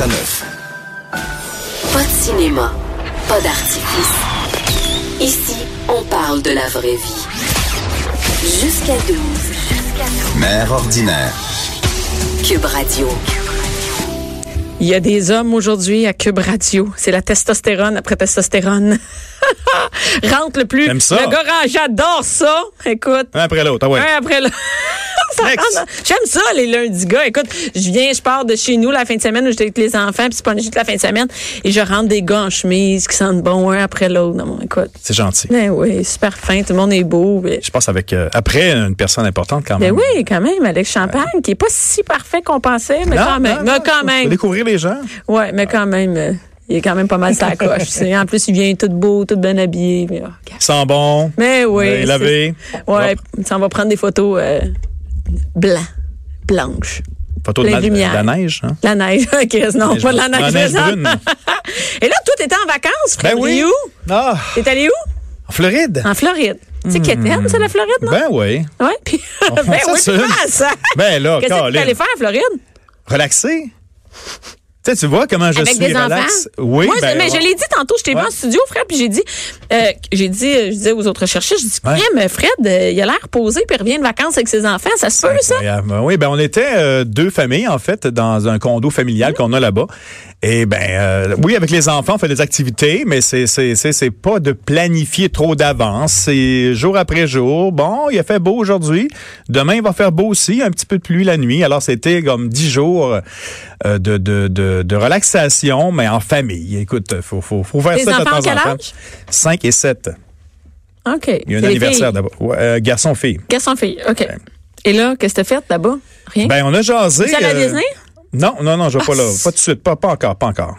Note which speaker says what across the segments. Speaker 1: à 9.
Speaker 2: Pas de cinéma, pas d'artifice. Ici, on parle de la vraie vie. Jusqu'à 12.
Speaker 1: Mère ordinaire.
Speaker 2: Cube Radio.
Speaker 3: Il y a des hommes aujourd'hui à Cube Radio. C'est la testostérone après testostérone. Rentre le plus.
Speaker 4: J'aime ça.
Speaker 3: Le gars, j'adore ça. Écoute.
Speaker 4: Un après l'autre, ah ouais.
Speaker 3: Un après le. Ça
Speaker 4: Next.
Speaker 3: rentre- J'aime ça, les lundis gars. Écoute, je viens, je pars de chez nous la fin de semaine où j'étais avec les enfants, puis c'est pas juste la fin de semaine, et je rentre des gars en chemise qui sentent bon un après l'autre. Non, écoute.
Speaker 4: C'est gentil.
Speaker 3: Ben oui, super fin, tout le monde est beau. Ben,
Speaker 4: Je pense avec euh, après une personne importante quand
Speaker 3: ben
Speaker 4: même.
Speaker 3: oui, quand même, Alex Champagne, qui est pas si parfait qu'on pensait, mais
Speaker 4: Non,
Speaker 3: quand même.
Speaker 4: non, non,
Speaker 3: mais quand
Speaker 4: faut-
Speaker 3: même.
Speaker 4: faut découvrir les gens.
Speaker 3: Ouais, mais quand même, euh, il est quand même pas mal sa coche. tu sais. En plus, il vient tout beau, tout bien habillé. Mais, oh, regarde.
Speaker 4: Sans bon.
Speaker 3: Mais oui.
Speaker 4: Ben,
Speaker 3: c'est-
Speaker 4: lavé.
Speaker 3: Ouais,
Speaker 4: Hop.
Speaker 3: ça, on va prendre des photos euh, blancs, blanches.
Speaker 4: Photo de
Speaker 3: plein
Speaker 4: la,
Speaker 3: de lumière.
Speaker 4: de la neige. Hein?
Speaker 3: La neige, Chris, non,
Speaker 4: Neige
Speaker 3: pas de la
Speaker 4: brune.
Speaker 3: neige.
Speaker 4: La neige
Speaker 3: mais ça.
Speaker 4: brune.
Speaker 3: Et là, tout était en vacances, frère.
Speaker 4: Ben oui.
Speaker 3: T'es où?
Speaker 4: Ah,
Speaker 3: T'es allé où?
Speaker 4: en Floride.
Speaker 3: En Floride. C'est Kéten, c'est la Floride, non?
Speaker 4: Hmm. Ben oui.
Speaker 3: ouais, puis. ben
Speaker 4: On
Speaker 3: oui, puis
Speaker 4: s'assume.
Speaker 3: passe.
Speaker 4: Ben là,
Speaker 3: Qu'est-ce que t'es
Speaker 4: Colin.
Speaker 3: allé faire en Floride?
Speaker 4: Relaxé. Tu sais, tu vois comment je
Speaker 3: avec
Speaker 4: suis
Speaker 3: des
Speaker 4: relax.
Speaker 3: enfants.
Speaker 4: Oui,
Speaker 3: Moi,
Speaker 4: ben,
Speaker 3: mais je
Speaker 4: ouais.
Speaker 3: l'ai dit tantôt, j'étais venu
Speaker 4: Ouais.
Speaker 3: en studio, Fred, puis j'ai dit, euh, j'ai dit, euh, je disais aux autres chercheurs, je dis,
Speaker 4: Ouais.
Speaker 3: mais Fred, euh, il a l'air posé, puis il revient de vacances avec ses enfants, ça se peut ça
Speaker 4: Incroyable. Ben Oui, ben on était euh, deux familles en fait dans un condo familial qu'on a là-bas. Et ben euh, oui, avec les enfants, on fait des activités, mais c'est c'est c'est c'est pas de planifier trop d'avance. C'est jour après jour. Bon, il a fait beau aujourd'hui. Demain, il va faire beau aussi. Un petit peu de pluie la nuit. Alors c'était comme dix jours euh, de, de de de relaxation, mais en famille. Écoute, faut faut faut faire
Speaker 3: Les
Speaker 4: ça de
Speaker 3: enfants,
Speaker 4: temps
Speaker 3: quel
Speaker 4: en temps.
Speaker 3: âge?
Speaker 4: Cinq et sept.
Speaker 3: Ok.
Speaker 4: Il y a un
Speaker 3: C'est les
Speaker 4: anniversaire
Speaker 3: filles.
Speaker 4: d'abord. Ouais, euh, garçon fille.
Speaker 3: Qu'est-ce qu'on fait Ok. Et là, qu'est-ce que t'as fait là-bas Rien.
Speaker 4: Ben, on a jasé.
Speaker 3: Hein? Vous allez à
Speaker 4: euh,
Speaker 3: Disney?
Speaker 4: Non, non, non, je vais
Speaker 3: Ah,
Speaker 4: pas là.
Speaker 3: c'est-
Speaker 4: Pas tout de suite. Pas, pas encore, pas encore.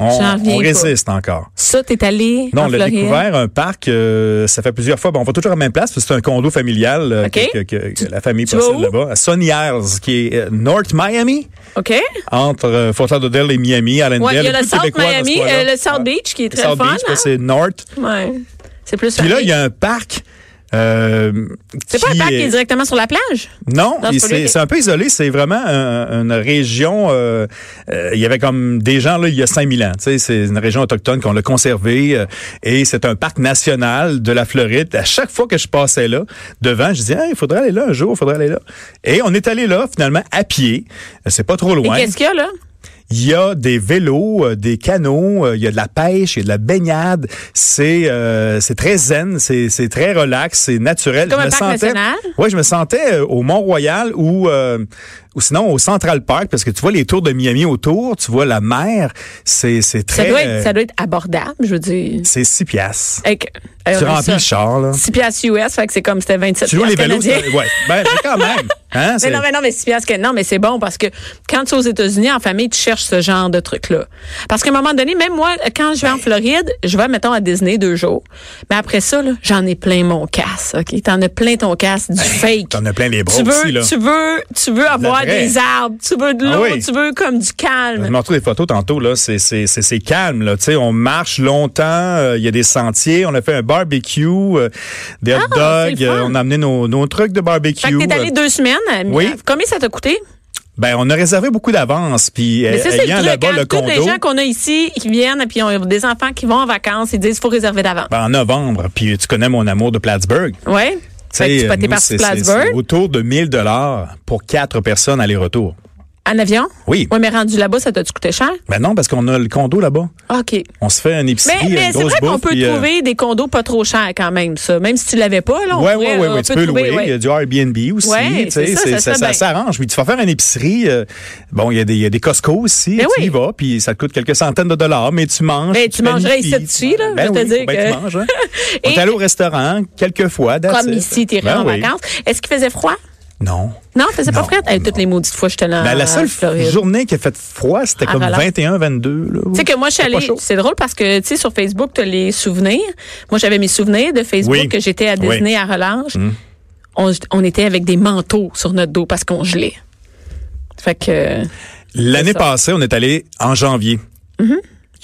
Speaker 4: On,
Speaker 3: J'en reviens
Speaker 4: on
Speaker 3: pas.
Speaker 4: résiste encore.
Speaker 3: ça, t'es allé
Speaker 4: Non,
Speaker 3: en
Speaker 4: on l'a
Speaker 3: Floride.
Speaker 4: découvert, un parc, euh, ça fait plusieurs fois. Bon, on va toujours à la même place, parce que c'est un condo familial euh,
Speaker 3: OK.
Speaker 4: que, que- que- que la famille
Speaker 3: tu vas
Speaker 4: possède
Speaker 3: où?
Speaker 4: là-bas. À Sunny Isles, qui est euh, North Miami,
Speaker 3: Ok.
Speaker 4: entre euh, Fort Lauderdale et Miami, Allendale.
Speaker 3: Ouais, il y a le
Speaker 4: tout
Speaker 3: South
Speaker 4: Québécois dans ce
Speaker 3: Miami,
Speaker 4: coin-là.
Speaker 3: euh, le South
Speaker 4: Ouais.
Speaker 3: Beach qui est très
Speaker 4: South
Speaker 3: fun.
Speaker 4: Beach,
Speaker 3: hein?
Speaker 4: parce que c'est North.
Speaker 3: Ouais. C'est plus.
Speaker 4: Puis là, il y
Speaker 3: famille.
Speaker 4: a un parc. euh,
Speaker 3: C'est pas un parc qui
Speaker 4: est-
Speaker 3: est directement sur la plage
Speaker 4: Non,
Speaker 3: Non,
Speaker 4: et
Speaker 3: c'est pas lui.
Speaker 4: c'est c'est un peu isolé. C'est vraiment un- une région. euh, euh, il y avait comme des gens là il y a 5000 ans. Tu sais, c'est une région autochtone qu'on l'a conservée euh, et c'est un parc national de la Floride. À chaque fois que je passais là devant, je disais Ah, il faudrait aller là un jour, il faudrait aller là. Et on est allé là finalement à pied. Euh, C'est pas trop
Speaker 3: Et
Speaker 4: loin.
Speaker 3: qu'est-ce qu'il y a là
Speaker 4: Il y a des vélos, euh, des canots, euh, il y a de la pêche, il y a de la baignade. C'est euh, c'est très zen, c'est c'est très relax, c'est naturel.
Speaker 3: Comme
Speaker 4: Je
Speaker 3: un
Speaker 4: me
Speaker 3: parc
Speaker 4: sentais-
Speaker 3: national?
Speaker 4: Ouais, je me sentais euh, au Mont Royal ou euh, ou sinon au Central Park parce que tu vois les tours de Miami autour, tu vois la mer, c'est c'est
Speaker 3: ça
Speaker 4: très
Speaker 3: doit, être, ça
Speaker 4: euh,
Speaker 3: doit être abordable, je veux dire.
Speaker 4: c'est 6 piastres.
Speaker 3: Hey, que- hey,
Speaker 4: tu
Speaker 3: on a
Speaker 4: remplis
Speaker 3: euh, ça.
Speaker 4: le char là.
Speaker 3: 6 piastres US, fait que c'est comme c'était 27
Speaker 4: Tu joues les
Speaker 3: piastres
Speaker 4: vélos,
Speaker 3: canadiens.
Speaker 4: c'est- ouais, ben mais quand même. Hein,
Speaker 3: Mais
Speaker 4: c'est-
Speaker 3: non, mais non, mais 6 piastres canadiens. Non, mais c'est bon parce que quand tu es aux États-Unis, en famille, tu cherches ce genre de truc-là. Parce qu'à un moment donné, même moi, quand je vais en Floride, je vais, mettons, à Disney deux jours. Mais après ça, là, j'en ai plein mon casse, OK? T'en as plein ton casse, du fake.
Speaker 4: Ben, t'en as plein les bras
Speaker 3: tu veux,
Speaker 4: aussi, là.
Speaker 3: Tu veux, tu veux avoir
Speaker 4: vraie.
Speaker 3: des arbres, tu veux de l'eau,
Speaker 4: Ah oui.
Speaker 3: tu veux comme du calme.
Speaker 4: Je m'en trouve des photos tantôt, là. C'est, c'est, c'est, c'est calme, là. Tu sais, on marche longtemps, euh, il y a des sentiers, on a fait un barbecue, euh, des hot
Speaker 3: Ah, c'est
Speaker 4: dogs,
Speaker 3: le fun.
Speaker 4: euh, on a amené nos, nos trucs de barbecue.
Speaker 3: Fait que t'es
Speaker 4: Euh,
Speaker 3: allé deux semaines. à-
Speaker 4: Oui.
Speaker 3: Combien ça t'a coûté?
Speaker 4: Ben, on a réservé beaucoup d'avance, puis euh,
Speaker 3: Mais ça, c'est
Speaker 4: ayant
Speaker 3: le truc.
Speaker 4: là-bas
Speaker 3: Quand
Speaker 4: le
Speaker 3: tous
Speaker 4: condo.
Speaker 3: les gens qu'on a ici, qui viennent, et puis on a des enfants qui vont en vacances, ils disent, faut réserver d'avance.
Speaker 4: ben, en novembre, puis tu connais mon amour de Plattsburgh.
Speaker 3: Ouais. Fait que
Speaker 4: sais,
Speaker 3: tu pas- t'es
Speaker 4: nous,
Speaker 3: parti
Speaker 4: c'est-
Speaker 3: de
Speaker 4: c'est- c'est
Speaker 3: Plattsburgh
Speaker 4: autour de 1000 dollars pour quatre personnes aller-retour.
Speaker 3: en avion.
Speaker 4: Oui.
Speaker 3: Ouais, mais rendu là-bas, ça t'a-tu coûté cher?
Speaker 4: Ben non, parce qu'on a le condo là-bas.
Speaker 3: OK.
Speaker 4: On se fait un
Speaker 3: Mais,
Speaker 4: épicerie,
Speaker 3: mais
Speaker 4: une
Speaker 3: c'est
Speaker 4: grosse
Speaker 3: vrai qu'on
Speaker 4: bouffe,
Speaker 3: peut
Speaker 4: puis, euh,
Speaker 3: trouver des condos pas trop chers quand même, ça. Même si tu l'avais pas, là, on
Speaker 4: Oui, oui,
Speaker 3: pourrait, euh,
Speaker 4: oui,
Speaker 3: on
Speaker 4: oui. Tu peux
Speaker 3: trouver,
Speaker 4: louer. euh, Il
Speaker 3: ouais.
Speaker 4: y a du Airbnb aussi.
Speaker 3: Ouais,
Speaker 4: tu sais,
Speaker 3: c'est ça, ça
Speaker 4: c'est-
Speaker 3: serait
Speaker 4: ça
Speaker 3: bien.
Speaker 4: ça s'arrange. Oui, tu vas faire une épicerie. euh, bon, il y, a des- il y a des Costco aussi.
Speaker 3: Ben
Speaker 4: tu
Speaker 3: oui.
Speaker 4: y vas, puis ça te coûte quelques centaines de dollars, mais tu manges.
Speaker 3: Ben, tu mangerais
Speaker 4: planifies,
Speaker 3: ici dessus, là,
Speaker 4: Ben
Speaker 3: je te
Speaker 4: oui,
Speaker 3: dis
Speaker 4: faut bien
Speaker 3: que-
Speaker 4: que tu manges. hein. On
Speaker 3: Et-
Speaker 4: est allé au restaurant quelques fois. that's
Speaker 3: Comme
Speaker 4: it.
Speaker 3: ici, t'es
Speaker 4: Ben
Speaker 3: en
Speaker 4: oui.
Speaker 3: vacances. Est-ce qu'il faisait froid?
Speaker 4: Non.
Speaker 3: Non, il faisait pas
Speaker 4: Non,
Speaker 3: froid? Hey, toutes les maudites fois, j'étais là.
Speaker 4: Ben, la
Speaker 3: en
Speaker 4: seule
Speaker 3: Ah, Floride.
Speaker 4: journée qui a fait froid, c'était
Speaker 3: En
Speaker 4: comme
Speaker 3: relâche.
Speaker 4: 21, 22. là.
Speaker 3: Tu sais que moi, je suis
Speaker 4: C'était pas
Speaker 3: allée.
Speaker 4: chaud.
Speaker 3: C'est drôle parce que, tu sais, sur Facebook, tu as les souvenirs. Moi, j'avais mes souvenirs de Facebook
Speaker 4: Oui.
Speaker 3: que j'étais à Disney
Speaker 4: Oui. Hum.
Speaker 3: à relâche. On, on était avec des manteaux sur notre dos parce qu'on gelait. Fait que.
Speaker 4: L'année
Speaker 3: C'est ça. Mm-hmm.
Speaker 4: passée, on est allé en janvier.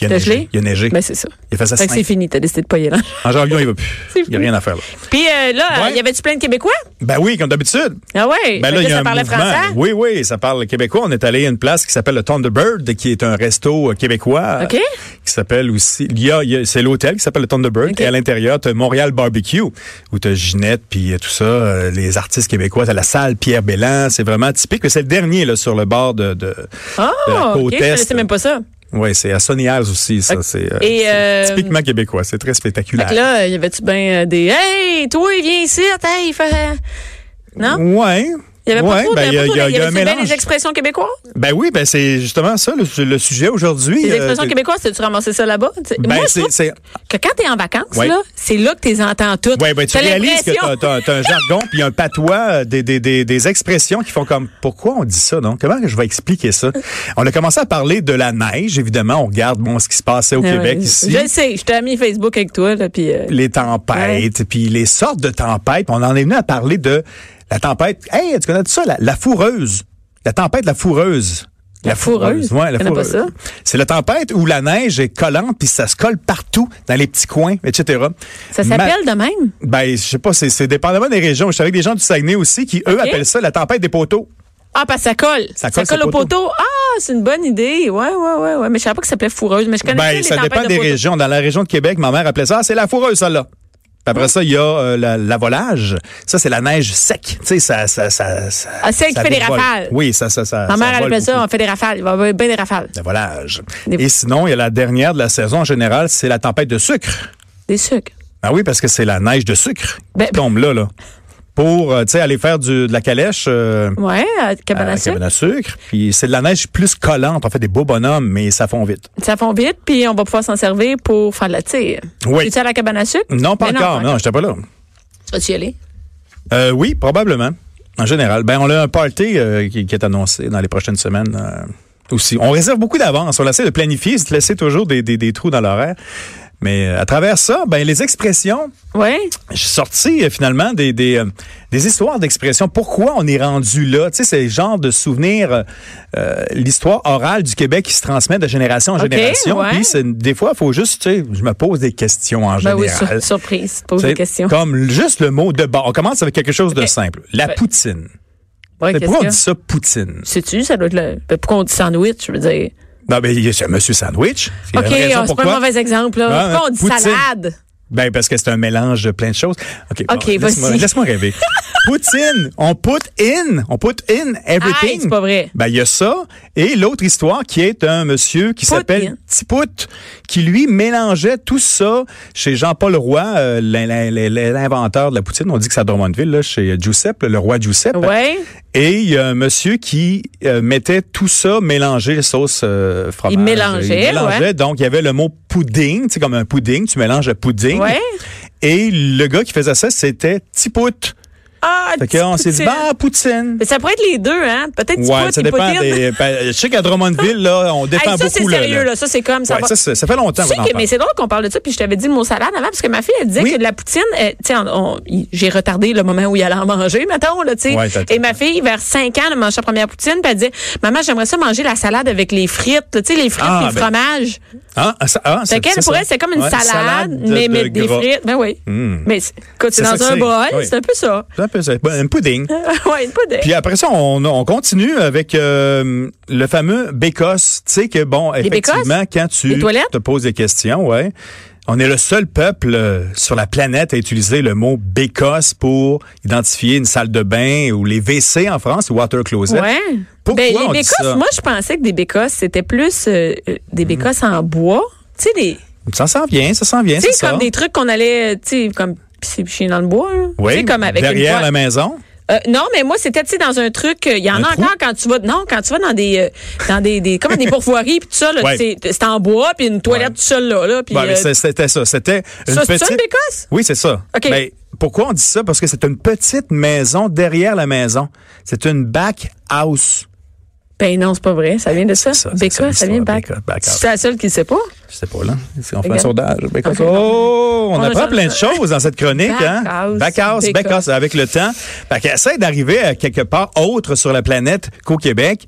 Speaker 4: Il a
Speaker 3: T'as
Speaker 4: neigé.
Speaker 3: gelé?
Speaker 4: Il a neigé.
Speaker 3: Ben, c'est ça.
Speaker 4: il a fait ça
Speaker 3: Fait que c'est
Speaker 4: cinq-
Speaker 3: fini, t'as décidé de pas y aller.
Speaker 4: En janvier, il va plus.
Speaker 3: C'est
Speaker 4: Il n'y a
Speaker 3: fini.
Speaker 4: rien à faire là.
Speaker 3: Puis euh, là,
Speaker 4: Ouais.
Speaker 3: euh, y avait-tu plein de Québécois?
Speaker 4: Ben oui, comme d'habitude.
Speaker 3: Ah ouais?
Speaker 4: Ben
Speaker 3: Fait
Speaker 4: là,
Speaker 3: que
Speaker 4: il y a
Speaker 3: ça
Speaker 4: un
Speaker 3: parlait
Speaker 4: mouvement.
Speaker 3: français?
Speaker 4: Oui, oui, ça parle québécois. On est allé à une place qui s'appelle le Thunderbird, qui est un resto euh, québécois.
Speaker 3: OK.
Speaker 4: euh, Qui s'appelle aussi, il y a, il y a- c'est l'hôtel qui s'appelle le Thunderbird.
Speaker 3: OK.
Speaker 4: Et à l'intérieur, t'as Montréal Barbecue, où t'as Ginette, puis euh, tout ça, euh, les artistes québécois. T'as la salle Pierre Bélan. C'est vraiment typique. Mais C'est le dernier, là, sur le bord de, de,
Speaker 3: Ah,
Speaker 4: de la
Speaker 3: ok,
Speaker 4: côte
Speaker 3: je
Speaker 4: est.
Speaker 3: connaissais même pas ça.
Speaker 4: Oui, c'est à Sony Isles aussi, ça.
Speaker 3: Ok.
Speaker 4: C'est, euh,
Speaker 3: Et,
Speaker 4: c'est
Speaker 3: euh,
Speaker 4: typiquement québécois. C'est très
Speaker 3: Fait
Speaker 4: spectaculaire.
Speaker 3: que là, y avait-tu bien euh, des Hey, toi, viens ici, hey, fais. Non?
Speaker 4: Ouais.
Speaker 3: hein? Il y avait pas
Speaker 4: ouais,
Speaker 3: trop,
Speaker 4: ben,
Speaker 3: il y avait pas trop,
Speaker 4: a-
Speaker 3: là,
Speaker 4: il
Speaker 3: y
Speaker 4: y a un
Speaker 3: avait-tu bien
Speaker 4: mélange.
Speaker 3: des expressions québécoises?
Speaker 4: Ben oui, ben c'est justement ça le, le sujet aujourd'hui.
Speaker 3: Les
Speaker 4: Euh,
Speaker 3: expressions
Speaker 4: t'es-
Speaker 3: québécoises, tu ramassé ça là-bas? Tu sais,
Speaker 4: Ben,
Speaker 3: Moi, je
Speaker 4: c'est-
Speaker 3: trouve
Speaker 4: c'est-
Speaker 3: que quand t'es en vacances,
Speaker 4: Ouais.
Speaker 3: là, c'est là que t'es entends toutes.
Speaker 4: Ouais, ben tu
Speaker 3: T'as
Speaker 4: réalises que
Speaker 3: l'impression-
Speaker 4: t'as, t'as- t'as un jargon puis un patois, euh, des, des, des, des expressions qui font comme pourquoi on dit ça donc comment je vais expliquer ça. On a commencé à parler de la neige évidemment. On regarde bon ce qui se passait au
Speaker 3: Ah Ouais,
Speaker 4: Québec
Speaker 3: ouais.
Speaker 4: ici.
Speaker 3: Je le sais, je t'ai ami Facebook avec toi, là, puis... euh,
Speaker 4: les tempêtes, puis les sortes de tempêtes. On en est venu à parler de la tempête. Hey, tu connais ça? La, la foureuse. La tempête, la foureuse.
Speaker 3: La foureuse?
Speaker 4: Ouais, la
Speaker 3: Je connais pas
Speaker 4: foureuse.
Speaker 3: ça.
Speaker 4: C'est la tempête où la neige est collante puis ça se colle partout, dans les petits coins, etc.
Speaker 3: Ça
Speaker 4: Ma-
Speaker 3: s'appelle de même?
Speaker 4: Ben, je sais pas, c'est, c'est dépendamment des régions. Je suis avec des gens du Saguenay aussi qui, eux,
Speaker 3: Ok.
Speaker 4: appellent ça la tempête des poteaux.
Speaker 3: Ah, parce que ça colle.
Speaker 4: Ça colle sur
Speaker 3: au
Speaker 4: le poteau.
Speaker 3: poteau. Ah, c'est une bonne idée. Ouais, ouais, ouais, ouais. Mais je savais pas que ça s'appelait fourreuse, mais je connaissais
Speaker 4: Ben,
Speaker 3: les
Speaker 4: ça
Speaker 3: tempêtes
Speaker 4: dépend
Speaker 3: de
Speaker 4: des
Speaker 3: poteau.
Speaker 4: régions. Dans la région de Québec, ma mère appelait ça, Ah, c'est la fourreuse, celle-là. Puis après ça, il y a euh, la, la volage. Ça, c'est la neige sec. Tu sais, ça, ça, ça, ça.
Speaker 3: Ah, sec
Speaker 4: ça
Speaker 3: qui fait des
Speaker 4: dévole.
Speaker 3: rafales.
Speaker 4: Oui, ça, ça, ça.
Speaker 3: Ma mère,
Speaker 4: vole
Speaker 3: elle appelait ça,
Speaker 4: beaucoup.
Speaker 3: on fait des rafales. Il va y avoir bien des rafales.
Speaker 4: La volage.
Speaker 3: Des-
Speaker 4: Et sinon, il y a la dernière de la saison en général, c'est la tempête de sucre.
Speaker 3: Des sucres.
Speaker 4: Ah oui, parce que c'est la neige de sucre
Speaker 3: Ben-
Speaker 4: qui tombe là, là. Pour, euh, tu sais, aller faire du, de la calèche. euh,
Speaker 3: Ouais, à
Speaker 4: à
Speaker 3: cabane
Speaker 4: la
Speaker 3: à sucre.
Speaker 4: cabane à sucre. Puis c'est de la neige plus collante. En fait, des beaux bonhommes, mais ça fond vite.
Speaker 3: Ça fond vite, puis on va pouvoir s'en servir pour faire de la tire.
Speaker 4: Oui.
Speaker 3: Tu à la cabane à sucre? Ben
Speaker 4: Non, pas
Speaker 3: Mais
Speaker 4: encore. Non, j'étais pas là.
Speaker 3: Tu vas-tu y aller?
Speaker 4: Euh, oui, probablement. En général. Ben, on a un party euh, qui, qui est annoncé dans les prochaines semaines euh, aussi. On réserve beaucoup d'avance. On essaie de planifier, de laisser toujours des, des- des trous dans l'horaire. Mais euh, à travers ça, ben, les expressions,
Speaker 3: Ouais.
Speaker 4: j'ai sorti euh, finalement des, des, euh, des histoires d'expressions. Pourquoi on est rendu là? Tu sais, c'est le genre de souvenir, euh, euh, l'histoire orale du Québec qui se transmet de génération en
Speaker 3: Ok,
Speaker 4: génération.
Speaker 3: ouais.
Speaker 4: Puis c'est- des fois, il faut juste, tu sais, je me pose des questions en
Speaker 3: Ben oui,
Speaker 4: général.
Speaker 3: sur- surprise. Pose
Speaker 4: Tu sais,
Speaker 3: des questions.
Speaker 4: Comme juste le mot de base. On commence avec quelque chose de
Speaker 3: Ok.
Speaker 4: simple. La
Speaker 3: Ouais.
Speaker 4: poutine.
Speaker 3: Ouais,
Speaker 4: Mais
Speaker 3: qu'est-ce qu'il
Speaker 4: pourquoi on
Speaker 3: y a?
Speaker 4: dit ça, poutine?
Speaker 3: Sais-tu, ça doit être le. ben, Pourquoi on dit sandwich, je veux dire?
Speaker 4: Non, mais il y a c'est Monsieur Sandwich. Il y a
Speaker 3: OK,
Speaker 4: une raison
Speaker 3: ah, c'est pas
Speaker 4: pourquoi.
Speaker 3: un mauvais exemple,
Speaker 4: Ah,
Speaker 3: là. Pourquoi on dit
Speaker 4: poutine.
Speaker 3: salade?
Speaker 4: Ben, parce que c'est un mélange de plein de choses. OK,
Speaker 3: Ok,
Speaker 4: laisse-moi,
Speaker 3: vas-y.
Speaker 4: laisse-moi rêver. Poutine, on put in, on put in everything.
Speaker 3: Aïe, c'est pas vrai.
Speaker 4: Ben, il y a ça. Et l'autre histoire qui est un monsieur qui
Speaker 3: Poutine.
Speaker 4: s'appelle Tipout, qui lui mélangeait tout ça chez Jean-Paul Roy, euh, l'in- l'in- l'in- l'inventeur de la poutine. On dit que c'est à Drummondville, là, chez Giuseppe, le roi Giuseppe.
Speaker 3: Ouais.
Speaker 4: Et il y a un monsieur qui euh, mettait tout ça mélangé, sauce euh, fromage.
Speaker 3: Il mélangeait,
Speaker 4: Il mélangeait.
Speaker 3: ouais.
Speaker 4: Donc, il y avait le mot pudding, tu sais, comme un pudding, tu mélanges le pudding.
Speaker 3: Ouais.
Speaker 4: Et le gars qui faisait ça, c'était Tipout.
Speaker 3: Ah,
Speaker 4: Fait qu'on s'est dit,
Speaker 3: poutine.
Speaker 4: bah, poutine.
Speaker 3: Mais ça pourrait être les deux, hein? Peut-être du
Speaker 4: Ouais, ça dépend des. ben, je sais qu'à Drummondville, là, on défend
Speaker 3: ça, c'est
Speaker 4: beaucoup. là,
Speaker 3: sérieux, là. Ça, c'est comme ça.
Speaker 4: Ouais,
Speaker 3: va-
Speaker 4: ça, c'est- ça fait longtemps
Speaker 3: Tu sais
Speaker 4: qu'on en
Speaker 3: que-
Speaker 4: parle.
Speaker 3: mais c'est drôle qu'on parle de ça, puis je t'avais dit le mot salade avant, parce que ma fille, elle disait
Speaker 4: Oui.
Speaker 3: que de la poutine, euh, tu sais, on- on- y- j'ai retardé le moment où il allait en manger, mettons, là, tu sais.
Speaker 4: Ouais, t'as- t'as-
Speaker 3: Et ma fille, vers 5 ans, elle mangeait la première poutine, puis elle disait, maman, j'aimerais ça manger la salade avec les frites, là, tu sais, les frites
Speaker 4: Ah,
Speaker 3: et le
Speaker 4: ben,
Speaker 3: fromage.
Speaker 4: Hein? Ah, ça- ah,
Speaker 3: Fait qu'elle,
Speaker 4: c'est
Speaker 3: pour
Speaker 4: ça.
Speaker 3: elle, c'est comme une
Speaker 4: Ouais,
Speaker 3: salade,
Speaker 4: de-
Speaker 3: mais, mais
Speaker 4: de
Speaker 3: des
Speaker 4: gras. Hmm.
Speaker 3: frites. Ben oui. Mais c'est- écoute, c'est
Speaker 4: C'est ça
Speaker 3: dans
Speaker 4: que
Speaker 3: un
Speaker 4: c'est.
Speaker 3: bol,
Speaker 4: Oui.
Speaker 3: c'est un peu ça.
Speaker 4: C'est un peu ça. Ben, Un pudding.
Speaker 3: ouais, une poudre.
Speaker 4: Puis après ça, on, on continue avec euh, le fameux bécosse. Tu sais que, bon, effectivement,
Speaker 3: bécosses?
Speaker 4: quand tu
Speaker 3: Les toilettes?
Speaker 4: te poses des questions, ouais, on est le seul peuple euh, sur la planète à utiliser le mot bécosse pour identifier une salle de bain ou les WC en France, water closet.
Speaker 3: Ouais.
Speaker 4: euh, Pourquoi
Speaker 3: ben, les
Speaker 4: on dit
Speaker 3: bécosses,
Speaker 4: ça? Hmm.
Speaker 3: moi, je pensais que des bécosses, c'était plus euh, euh, des bécosses en bois. Tu sais, des.
Speaker 4: Ça s'en vient, ça s'en vient,
Speaker 3: Tu
Speaker 4: c'est
Speaker 3: sais,
Speaker 4: ça.
Speaker 3: comme des trucs qu'on allait, euh, tu sais, comme pisser chien dans le bois. là.
Speaker 4: Oui,
Speaker 3: Tu sais, comme avec
Speaker 4: derrière
Speaker 3: une
Speaker 4: la
Speaker 3: boîte.
Speaker 4: maison.
Speaker 3: Euh, non, mais moi, c'était, tu sais, dans un truc, euh, il y en a
Speaker 4: Un trou?
Speaker 3: encore quand tu vas, non, quand tu vas dans des, euh, dans des, des comme des pourvoiries, puis tout ça, là,
Speaker 4: Ouais.
Speaker 3: c'est c'est en bois, puis une toilette
Speaker 4: Ouais.
Speaker 3: tout seul, là, là, puis...
Speaker 4: Ben, mais
Speaker 3: euh,
Speaker 4: c'est- c'était ça. C'était une
Speaker 3: ça, c'est
Speaker 4: petite.
Speaker 3: ça, une bécosse?
Speaker 4: Oui, c'est ça.
Speaker 3: OK.
Speaker 4: Mais pourquoi on dit ça? Parce que c'est une petite maison derrière la maison. C'est une back house.
Speaker 3: Ben non, c'est pas vrai, ça vient de ça.
Speaker 4: ça, c'est
Speaker 3: Bécosse,
Speaker 4: ça,
Speaker 3: ça, vient de
Speaker 4: l'histoire,
Speaker 3: bac.
Speaker 4: bécosse, bacosse.
Speaker 3: C'est la seule qui le sait pas.
Speaker 4: Je sais pas, là. Si on fait un
Speaker 3: Regarde.
Speaker 4: sondage. Bécasse.
Speaker 3: Ok.
Speaker 4: Oh, on,
Speaker 3: On a
Speaker 4: apprend
Speaker 3: changé
Speaker 4: plein de
Speaker 3: ça.
Speaker 4: choses dans cette chronique, hein?
Speaker 3: Backhouse,
Speaker 4: Backhouse,
Speaker 3: Bécasse.
Speaker 4: Backhouse, euh, avec le temps. Fait qu'elle essaie d'arriver à quelque part autre sur la planète qu'au Québec.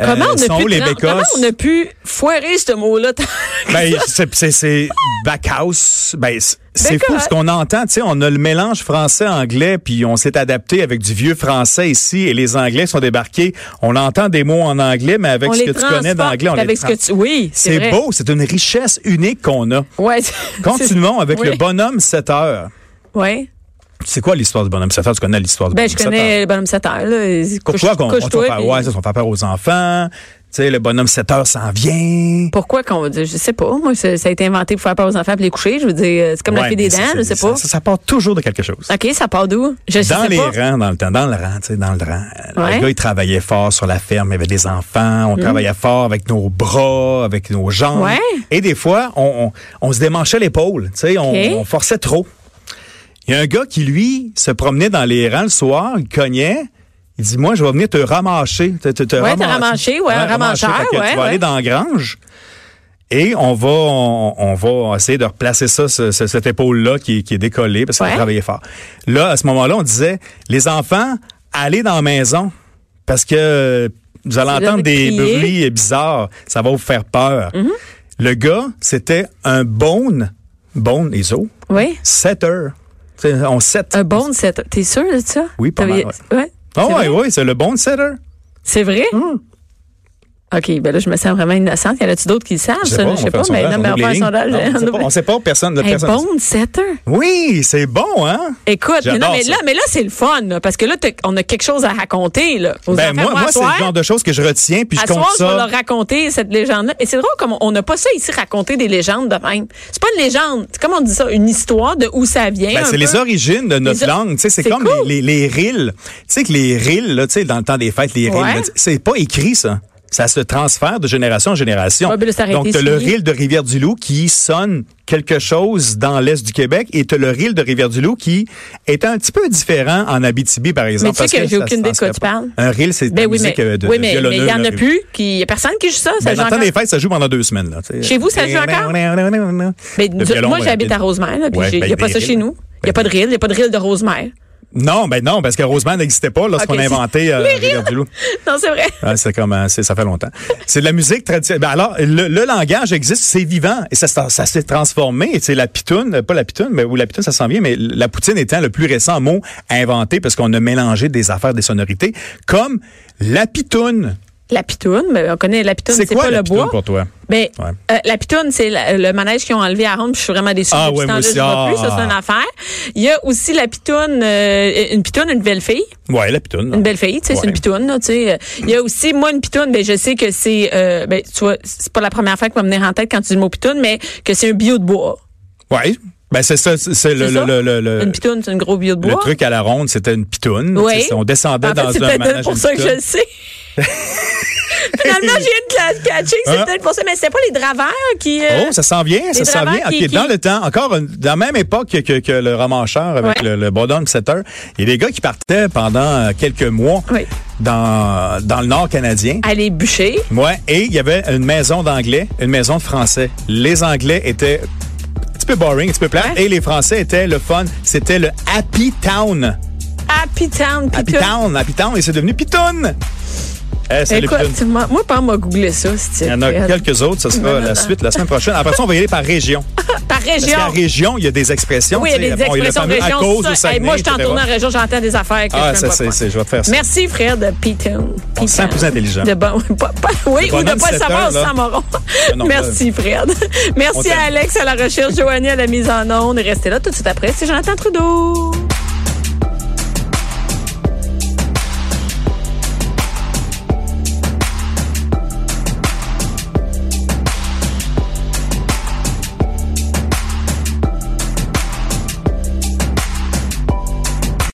Speaker 4: Euh,
Speaker 3: Comment on a
Speaker 4: sont
Speaker 3: pu
Speaker 4: où les
Speaker 3: tra-
Speaker 4: bécosses?
Speaker 3: comment on a pu foirer ce mot-là? tant-
Speaker 4: Ben, c'est- c'est- c'est backhouse. Ben, c'est- c'est fou
Speaker 3: correct.
Speaker 4: ce qu'on entend. Tu sais, on a le mélange français-anglais, puis on s'est adapté avec du vieux français ici, et les Anglais sont débarqués. On entend des mots en anglais, mais avec
Speaker 3: on
Speaker 4: ce
Speaker 3: les
Speaker 4: que tu connais
Speaker 3: transporte
Speaker 4: d'anglais, on les
Speaker 3: avec ce que
Speaker 4: trans-
Speaker 3: tu... Oui, c'est
Speaker 4: C'est
Speaker 3: vrai.
Speaker 4: beau, c'est une richesse unique qu'on a.
Speaker 3: Ouais.
Speaker 4: Continuons avec
Speaker 3: Oui.
Speaker 4: le bonhomme 7 heures.
Speaker 3: Ouais.
Speaker 4: C'est quoi l'histoire du bonhomme 7 heures? Tu connais l'histoire du
Speaker 3: Ben, je
Speaker 4: bonhomme 7 heures?
Speaker 3: connais le bonhomme 7 heures, là. Il-
Speaker 4: Pourquoi
Speaker 3: couche-
Speaker 4: qu'on on se fait
Speaker 3: couche-toi,
Speaker 4: faire-
Speaker 3: puis-
Speaker 4: ouais, ça, on fait peur aux enfants? Tu sais, le bonhomme 7 heures s'en vient.
Speaker 3: Pourquoi qu'on je sais pas moi ça, ça a été inventé pour faire peur aux enfants puis les coucher je veux dire euh, c'est comme la
Speaker 4: Ouais,
Speaker 3: fée des
Speaker 4: mais ça,
Speaker 3: dents
Speaker 4: c'est-
Speaker 3: je sais
Speaker 4: ça-
Speaker 3: pas
Speaker 4: Ça, ça part toujours de quelque chose.
Speaker 3: ok ça part d'où je je
Speaker 4: Dans
Speaker 3: sais
Speaker 4: les
Speaker 3: pas
Speaker 4: rangs, dans le temps, dans le rang, tu sais, dans le rang.
Speaker 3: Ouais. Mm.
Speaker 4: Le gars, il travaillait fort sur la ferme, il y avait des enfants, on travaillait fort avec nos bras, avec nos jambes.
Speaker 3: Ouais.
Speaker 4: Et des fois, on, on- on se démanchait l'épaule, tu sais, on,
Speaker 3: Ok.
Speaker 4: on forçait trop. Il y a un gars qui, lui, se promenait dans les rangs le soir, il cognait, il dit, moi, je vais venir te ramasser. Te, te, te
Speaker 3: Ouais, te
Speaker 4: ramasser.
Speaker 3: ramasser, ouais, un
Speaker 4: ramasser,
Speaker 3: ramasseur,
Speaker 4: fait que
Speaker 3: ouais,
Speaker 4: Tu vas
Speaker 3: ouais.
Speaker 4: aller dans la grange. Et on va, on, on va essayer de replacer ça, ce- ce- cette épaule-là qui, qui est décollée parce qu'on
Speaker 3: Ouais.
Speaker 4: travaillait fort. Là, à ce moment-là, on disait, les enfants, allez dans la maison parce que euh, vous allez
Speaker 3: là
Speaker 4: entendre
Speaker 3: de
Speaker 4: des
Speaker 3: crier. Mm-hmm.
Speaker 4: bruits bizarres, ça va vous faire peur. Le gars, c'était un bone, bone et os,
Speaker 3: oui
Speaker 4: setter. Tu sais, On set.
Speaker 3: un bon 7 heures t'es sûr de ça
Speaker 4: Oui, pas mal,
Speaker 3: T'avais- ouais
Speaker 4: Ah
Speaker 3: C'est
Speaker 4: ouais,
Speaker 3: vrai?
Speaker 4: ouais, c'est le bone setter.
Speaker 3: c'est vrai
Speaker 4: Mmh.
Speaker 3: ok ben là je me sens vraiment innocente y en a-tu d'autres qui le savent
Speaker 4: Je sais
Speaker 3: ça
Speaker 4: pas,
Speaker 3: je sais
Speaker 4: on fait
Speaker 3: pas mais
Speaker 4: un sondage,
Speaker 3: non mais
Speaker 4: on
Speaker 3: on
Speaker 4: oublie
Speaker 3: fait un
Speaker 4: les
Speaker 3: sondage hein.
Speaker 4: lignes. Non, on sait pas- On sait pas, personne.
Speaker 3: un
Speaker 4: personne
Speaker 3: bon 7 heures
Speaker 4: Oui, c'est bon, hein?
Speaker 3: Écoute, mais non,
Speaker 4: J'adore
Speaker 3: mais
Speaker 4: ça.
Speaker 3: là, mais là, c'est le fun, là, parce que là, t'as- on a quelque chose à raconter, là. Aux
Speaker 4: Ben,
Speaker 3: enfants,
Speaker 4: moi,
Speaker 3: à
Speaker 4: moi c'est
Speaker 3: soir,
Speaker 4: le genre de choses que je retiens, puis
Speaker 3: À
Speaker 4: je
Speaker 3: soir,
Speaker 4: compte
Speaker 3: je vais
Speaker 4: ça.
Speaker 3: leur raconter cette légende-là. Et c'est drôle comme on- on n'a pas ça ici, raconter des légendes de même. C'est pas une légende. C'est comme on dit ça, une histoire de où ça vient.
Speaker 4: Ben,
Speaker 3: un
Speaker 4: c'est les
Speaker 3: peu.
Speaker 4: origines de notre
Speaker 3: Les o-
Speaker 4: langue. tu sais, C'est
Speaker 3: C'est
Speaker 4: comme
Speaker 3: cool.
Speaker 4: les, les, les rilles. Tu sais que les rilles, là, tu sais, dans le temps des fêtes, les rilles,
Speaker 3: Ouais.
Speaker 4: là, tu- c'est pas écrit, ça. Ça se transfère de génération en génération.
Speaker 3: Ouais, ben là, c'est arrêté,
Speaker 4: Donc, tu
Speaker 3: c'est
Speaker 4: le
Speaker 3: fini.
Speaker 4: rille de Rivière-du-Loup qui sonne quelque chose dans l'est du Québec et tu le rille de Rivière-du-Loup qui est un petit peu différent en Abitibi, par exemple.
Speaker 3: tu sais
Speaker 4: parce
Speaker 3: que j'ai
Speaker 4: ça
Speaker 3: aucune
Speaker 4: se
Speaker 3: idée de quoi
Speaker 4: transfère
Speaker 3: tu
Speaker 4: pas.
Speaker 3: parles.
Speaker 4: Un rille, c'est
Speaker 3: Ben
Speaker 4: la
Speaker 3: oui, mais
Speaker 4: musique euh, de,
Speaker 3: oui,
Speaker 4: de
Speaker 3: mais mais
Speaker 4: violonneux,
Speaker 3: il y en
Speaker 4: là,
Speaker 3: a plus. Il y a personne qui joue ça. ça
Speaker 4: Ben,
Speaker 3: joue
Speaker 4: dans le temps
Speaker 3: encore.
Speaker 4: des fêtes, ça joue pendant deux semaines. Là, tu sais.
Speaker 3: Chez vous, ça joue encore? Mais
Speaker 4: Le
Speaker 3: Ben, nous-
Speaker 4: violon,
Speaker 3: moi,
Speaker 4: ouais,
Speaker 3: j'habite
Speaker 4: rapide.
Speaker 3: à Rosemère, là, puis
Speaker 4: Ouais,
Speaker 3: j'ai- il
Speaker 4: ben,
Speaker 3: n'y a pas
Speaker 4: des
Speaker 3: ça
Speaker 4: rilles.
Speaker 3: chez nous. Il n'y a
Speaker 4: Ben,
Speaker 3: pas de rille, il n'y a pas de rille de Rosemère.
Speaker 4: Non, ben non, parce que Rosemary n'existait pas lorsqu'on
Speaker 3: Ok,
Speaker 4: a
Speaker 3: c'est-
Speaker 4: inventé euh, Rivière-du-Loup.
Speaker 3: Non, c'est vrai.
Speaker 4: Ah, c'est comme, euh, c'est- ça fait longtemps. C'est de la musique traditionnelle. Ben alors, le, le langage existe, c'est vivant et ça, s'est- ça s'est transformé. Et C'est la pitoune, euh, pas la pitoune, mais ou la pitoune, ça s'en vient, mais la poutine étant le plus récent mot inventé parce qu'on a mélangé des affaires, des sonorités, comme la pitoune.
Speaker 3: La pitoune, mais on connaît la pitoune,
Speaker 4: C'est
Speaker 3: c'est
Speaker 4: quoi
Speaker 3: pas
Speaker 4: la
Speaker 3: le
Speaker 4: pitoune
Speaker 3: bois.
Speaker 4: pour toi?
Speaker 3: Ben,
Speaker 4: Ouais.
Speaker 3: euh, la pitoune, c'est la- le manège qu'ils ont enlevé à Rome, puis je suis vraiment déçue.
Speaker 4: Ah
Speaker 3: depuis
Speaker 4: ouais,
Speaker 3: ce temps-là,
Speaker 4: moi aussi.
Speaker 3: je vois plus, ça,
Speaker 4: Ah.
Speaker 3: c'est une affaire. Il y a aussi la pitoune, euh, une pitoune, une belle fille.
Speaker 4: Ouais, la pitoune.
Speaker 3: Une belle fille, tu sais, c'est
Speaker 4: Ouais.
Speaker 3: une pitoune, là, tu sais. Il y a aussi, moi, une pitoune, ben, je sais que c'est, euh, ben, tu vois, c'est pas la première fois qui va me venir en tête quand tu dis le mot pitoune, mais que c'est un bio de bois.
Speaker 4: Ouais. Ben, c'est ça, c'est- c'est le,
Speaker 3: C'est
Speaker 4: le,
Speaker 3: ça?
Speaker 4: le, le, le-
Speaker 3: Une pitoune, c'est un gros bio de bois.
Speaker 4: le truc à la ronde, c'était une pitoune.
Speaker 3: Oui.
Speaker 4: Tu sais, On descendait
Speaker 3: En fait,
Speaker 4: dans
Speaker 3: c'est
Speaker 4: un
Speaker 3: peut-être
Speaker 4: manège.
Speaker 3: pour
Speaker 4: une
Speaker 3: ça que je
Speaker 4: pitoune.
Speaker 3: le sais. Finalement, j'ai une catching, c'est
Speaker 4: Hein?
Speaker 3: peut-être pour ça, mais c'est pas les draveurs qui. euh,
Speaker 4: Oh, ça s'en vient, ça
Speaker 3: les
Speaker 4: s'en
Speaker 3: draveurs
Speaker 4: vient.
Speaker 3: qui-
Speaker 4: OK,
Speaker 3: qui-
Speaker 4: dans le temps, encore une- dans la même époque que, que- que le ramancheur avec
Speaker 3: Ouais.
Speaker 4: le, le bonhomme 7 heures, il y a des gars qui partaient pendant euh, quelques mois
Speaker 3: Oui.
Speaker 4: dans, dans le nord canadien.
Speaker 3: Aller bûcher.
Speaker 4: Ouais, et il y avait une maison d'anglais, une maison de français. Les anglais étaient un petit peu boring, un petit peu plat,
Speaker 3: Ouais.
Speaker 4: et les français étaient le fun. C'était le Happy Town.
Speaker 3: Happy Town,
Speaker 4: Happy
Speaker 3: Pitoune.
Speaker 4: Town, Happy Town, et c'est devenu Pitoun. Eh, salut, Pitoun.
Speaker 3: Écoute, moi, moi, pas m'a googlé ça, si tu
Speaker 4: Il y en a
Speaker 3: veux.
Speaker 4: quelques autres, ce sera la suite la semaine prochaine. Après ça, on va y aller par région.
Speaker 3: Par
Speaker 4: Parce
Speaker 3: région.
Speaker 4: que la région, il y a des expressions.
Speaker 3: Oui,
Speaker 4: tu sais,
Speaker 3: il y a des
Speaker 4: bon, le
Speaker 3: expressions de
Speaker 4: fameux à
Speaker 3: région.
Speaker 4: cause
Speaker 3: ça.
Speaker 4: au Saguenay,
Speaker 3: Hey, moi, je t'en
Speaker 4: etc.
Speaker 3: tourne en région, j'entends des affaires que
Speaker 4: Ah,
Speaker 3: je
Speaker 4: ça,
Speaker 3: peux pas
Speaker 4: c'est,
Speaker 3: prendre.
Speaker 4: c'est, je vais te faire ça.
Speaker 3: Merci, Fred Pitoun.
Speaker 4: On se sent plus intelligent.
Speaker 3: De bon, pas- pas- oui,
Speaker 4: Le
Speaker 3: ou de
Speaker 4: bonhomme
Speaker 3: pas le
Speaker 4: 7
Speaker 3: savoir,
Speaker 4: heures, là.
Speaker 3: sans moron.
Speaker 4: Ah non,
Speaker 3: Merci, Fred.
Speaker 4: On
Speaker 3: Merci
Speaker 4: t'aime.
Speaker 3: à Alex à la recherche, Joanie à la mise en onde. Restez là tout de suite après. C'est Jonathan Trudeau.